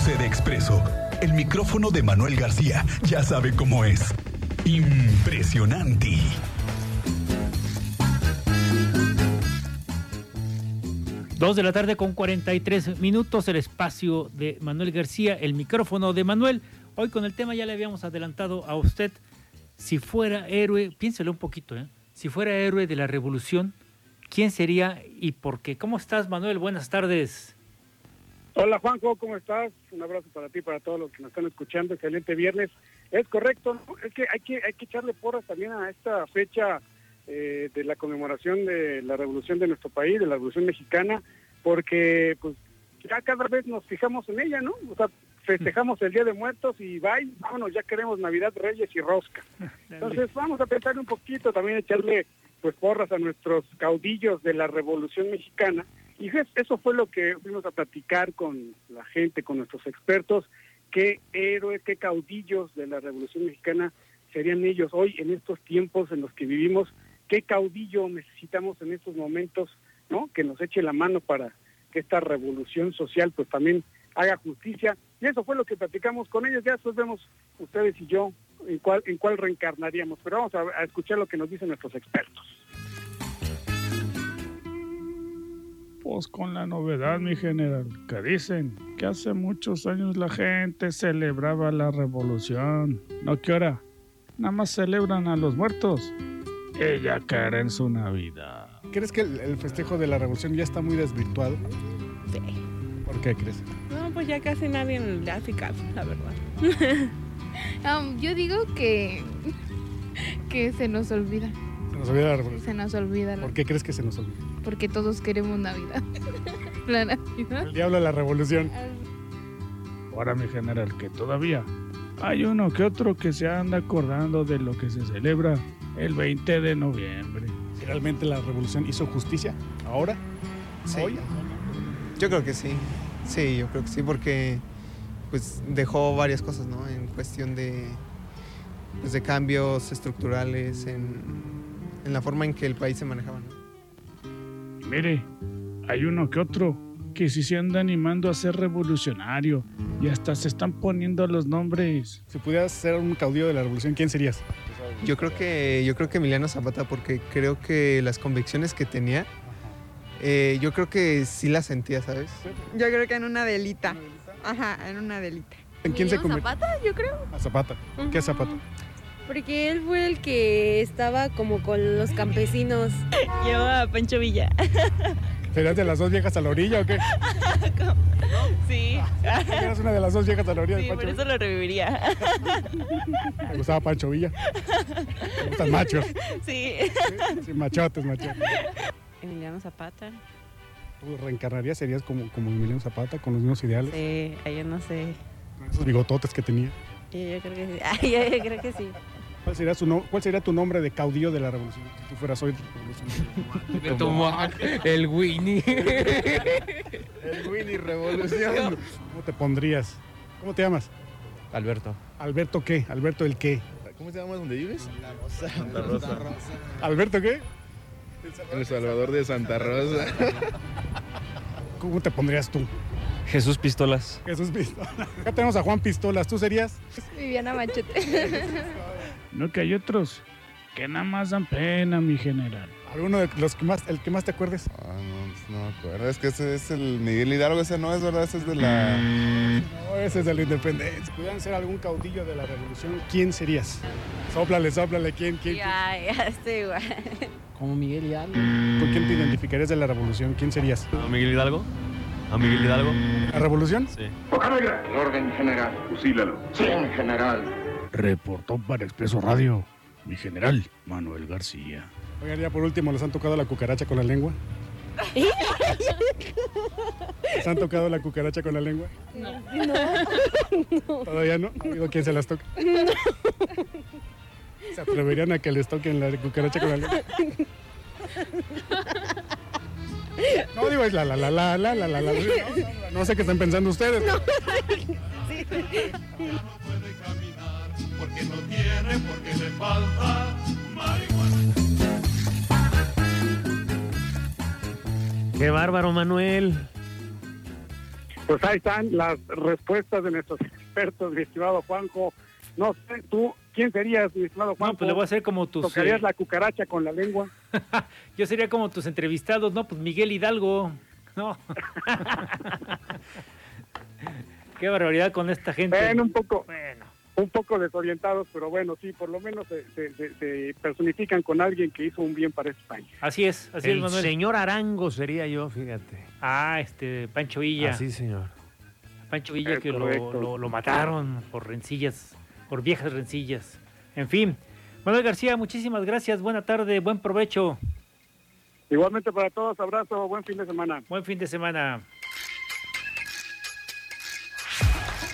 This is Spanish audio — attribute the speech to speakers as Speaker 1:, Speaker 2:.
Speaker 1: Sucede Expreso. El micrófono de Manuel García ya sabe cómo es. Impresionante.
Speaker 2: Dos de la tarde con 43 minutos, el espacio de Manuel García, el micrófono de Manuel. Hoy con el tema ya le habíamos adelantado a usted, si fuera héroe, piénselo un poquito, ¿eh? si fuera héroe de la revolución, ¿quién sería y por qué? ¿Cómo estás Manuel? Buenas tardes.
Speaker 3: Hola Juanjo, ¿cómo estás? Un abrazo para ti, para todos los que nos están escuchando. Excelente viernes. Es correcto, ¿no? es que hay que hay que echarle porras también a esta fecha eh, de la conmemoración de la revolución de nuestro país, de la revolución mexicana, porque pues ya cada vez nos fijamos en ella, ¿no? O sea, festejamos el Día de Muertos y bye, vámonos, ya queremos Navidad, Reyes y Rosca. Entonces vamos a pensar un poquito, también echarle pues porras a nuestros caudillos de la revolución mexicana. Y eso fue lo que fuimos a platicar con la gente, con nuestros expertos, qué héroes, qué caudillos de la Revolución Mexicana serían ellos hoy en estos tiempos en los que vivimos, qué caudillo necesitamos en estos momentos, ¿no? Que nos eche la mano para que esta revolución social pues también haga justicia. Y eso fue lo que platicamos con ellos, ya después vemos ustedes y yo en cuál, en cuál reencarnaríamos, pero vamos a, a escuchar lo que nos dicen nuestros expertos.
Speaker 4: Pues con la novedad, mi general, que dicen que hace muchos años la gente celebraba la revolución. No que ahora, nada más celebran a los muertos. Ella caerá en su Navidad.
Speaker 5: ¿Crees que el, el festejo de la revolución ya está muy desvirtuado?
Speaker 6: Sí.
Speaker 5: ¿Por qué crees?
Speaker 6: No, pues ya casi nadie le hace caso, la verdad.
Speaker 7: Um, yo digo que, que se nos olvida.
Speaker 5: Se nos olvida la revolución.
Speaker 7: Se nos olvida la-
Speaker 5: ¿Por qué crees que se nos olvida?
Speaker 7: porque todos queremos Navidad. la Navidad.
Speaker 5: El diablo de la revolución.
Speaker 4: Ahora, mi general, que todavía hay uno que otro que se anda acordando de lo que se celebra el 20 de noviembre.
Speaker 5: Si realmente la revolución hizo justicia, ahora,
Speaker 8: Sí.
Speaker 5: hoy,
Speaker 8: Yo creo que sí. Sí, yo creo que sí, porque pues dejó varias cosas, ¿no? En cuestión de, pues, de cambios estructurales, en, en la forma en que el país se manejaba, ¿no?
Speaker 4: Y mire, hay uno que otro que sí se anda animando a ser revolucionario y hasta se están poniendo los nombres.
Speaker 5: si pudieras ser un caudillo de la revolución, ¿quién serías?
Speaker 8: Yo creo que yo creo que Emiliano Zapata porque creo que las convicciones que tenía eh, yo creo que sí las sentía, ¿sabes?
Speaker 9: Yo creo que en una delita. Ajá, en una delita.
Speaker 5: ¿En quién se
Speaker 7: Emiliano
Speaker 5: convirtió?
Speaker 7: Zapata, yo creo.
Speaker 5: A Zapata. ¿Qué es Zapata?
Speaker 10: Porque él fue el que estaba como con los campesinos.
Speaker 6: Yo a Pancho Villa.
Speaker 5: ¿Serías de las dos viejas a la orilla o qué?
Speaker 6: Sí,
Speaker 5: ¿Eras una de las dos viejas a la orilla de
Speaker 6: sí,
Speaker 5: Ah,
Speaker 6: por
Speaker 5: Pancho Villa?
Speaker 6: eso lo reviviría.
Speaker 5: Me gustaba Pancho Villa. Me gustan machos.
Speaker 6: Sí.
Speaker 5: Sí, machotes, machotes.
Speaker 9: Emiliano Zapata.
Speaker 5: ¿Tú reencarnarías? ¿Serías como, como Emiliano Zapata, con los mismos ideales?
Speaker 9: Sí, ay, yo no sé.
Speaker 5: Con esos bigototes que tenía.
Speaker 9: Yo, yo creo que sí. Ay, yo, yo creo que sí.
Speaker 5: ¿Cuál sería, su no- ¿Cuál sería tu nombre de caudillo de la revolución? Si tú fueras hoy revolucionario.
Speaker 11: el Winnie.
Speaker 8: El Winnie Revolución.
Speaker 5: ¿Cómo te pondrías? ¿Cómo te llamas?
Speaker 11: Alberto.
Speaker 5: ¿Alberto qué? ¿Alberto el qué?
Speaker 11: ¿Cómo se llama donde vives?
Speaker 8: Santa Rosa.
Speaker 5: ¿Alberto qué?
Speaker 11: El Salvador de Santa Rosa.
Speaker 5: ¿Cómo te pondrías tú?
Speaker 11: Jesús Pistolas.
Speaker 5: Jesús Pistolas. Acá tenemos a Juan Pistolas. ¿Tú serías?
Speaker 7: Viviana Machete.
Speaker 4: No que hay otros que nada más dan pena, mi general.
Speaker 5: ¿Alguno de los que más, el que más te acuerdes?
Speaker 11: Ah, no, pues no me acuerdo. Es que ese es el Miguel Hidalgo, ese no es verdad, ese es de la.
Speaker 5: No, ese es de la independencia. Si pudieran ser algún caudillo de la revolución, ¿quién serías? Sóplale, sóplale. ¿Quién, quién?
Speaker 9: Ya, ya estoy igual.
Speaker 11: Como Miguel Hidalgo.
Speaker 5: ¿Con quién te identificarías de la revolución? ¿Quién serías?
Speaker 11: ¿A Miguel Hidalgo? ¿A Miguel Hidalgo?
Speaker 5: ¿La revolución?
Speaker 12: En orden general. Fusílalo. Sí, en general.
Speaker 4: Reportó para Expreso Radio mi general Manuel García.
Speaker 5: Oigan, ya por último, ¿les han tocado la cucaracha con la lengua? ¿Les han tocado la cucaracha con la lengua? No. ¿Todavía no? ¿Ha habido quien se las toca? ¿Se atreverían a que les toquen la cucaracha con la lengua? No, digo, es la, la, la, la, la, la, la, la. No, no, no sé qué están pensando ustedes.
Speaker 12: Porque no tiene, porque le falta marihuana.
Speaker 11: ¡Qué bárbaro, Manuel!
Speaker 3: Pues ahí están las respuestas de nuestros expertos, mi estimado Juanjo. No sé, tú, ¿quién serías, mi estimado Juanjo?
Speaker 2: pues le voy a hacer como tus,
Speaker 3: ¿Tocarías
Speaker 2: eh,
Speaker 3: la cucaracha con la lengua?
Speaker 2: Yo sería como tus entrevistados, ¿no? Pues Miguel Hidalgo. No. Qué barbaridad con esta gente.
Speaker 3: Bueno, un poco, un poco desorientados, pero bueno, sí, por lo menos se, se- se- se personifican con alguien que hizo un bien para este país.
Speaker 2: Así es, así
Speaker 13: el
Speaker 2: es, Manuel.
Speaker 13: señor Arango sería yo, fíjate.
Speaker 2: Ah, este, Pancho Villa.
Speaker 13: Así, señor.
Speaker 2: Pancho Villa
Speaker 13: Es
Speaker 2: que lo,
Speaker 13: correcto.
Speaker 2: lo- lo mataron por rencillas, por viejas rencillas. En fin. Manuel García, muchísimas gracias. Buena tarde, buen provecho.
Speaker 3: Igualmente para todos, abrazo, buen fin de semana.
Speaker 2: Buen fin de semana.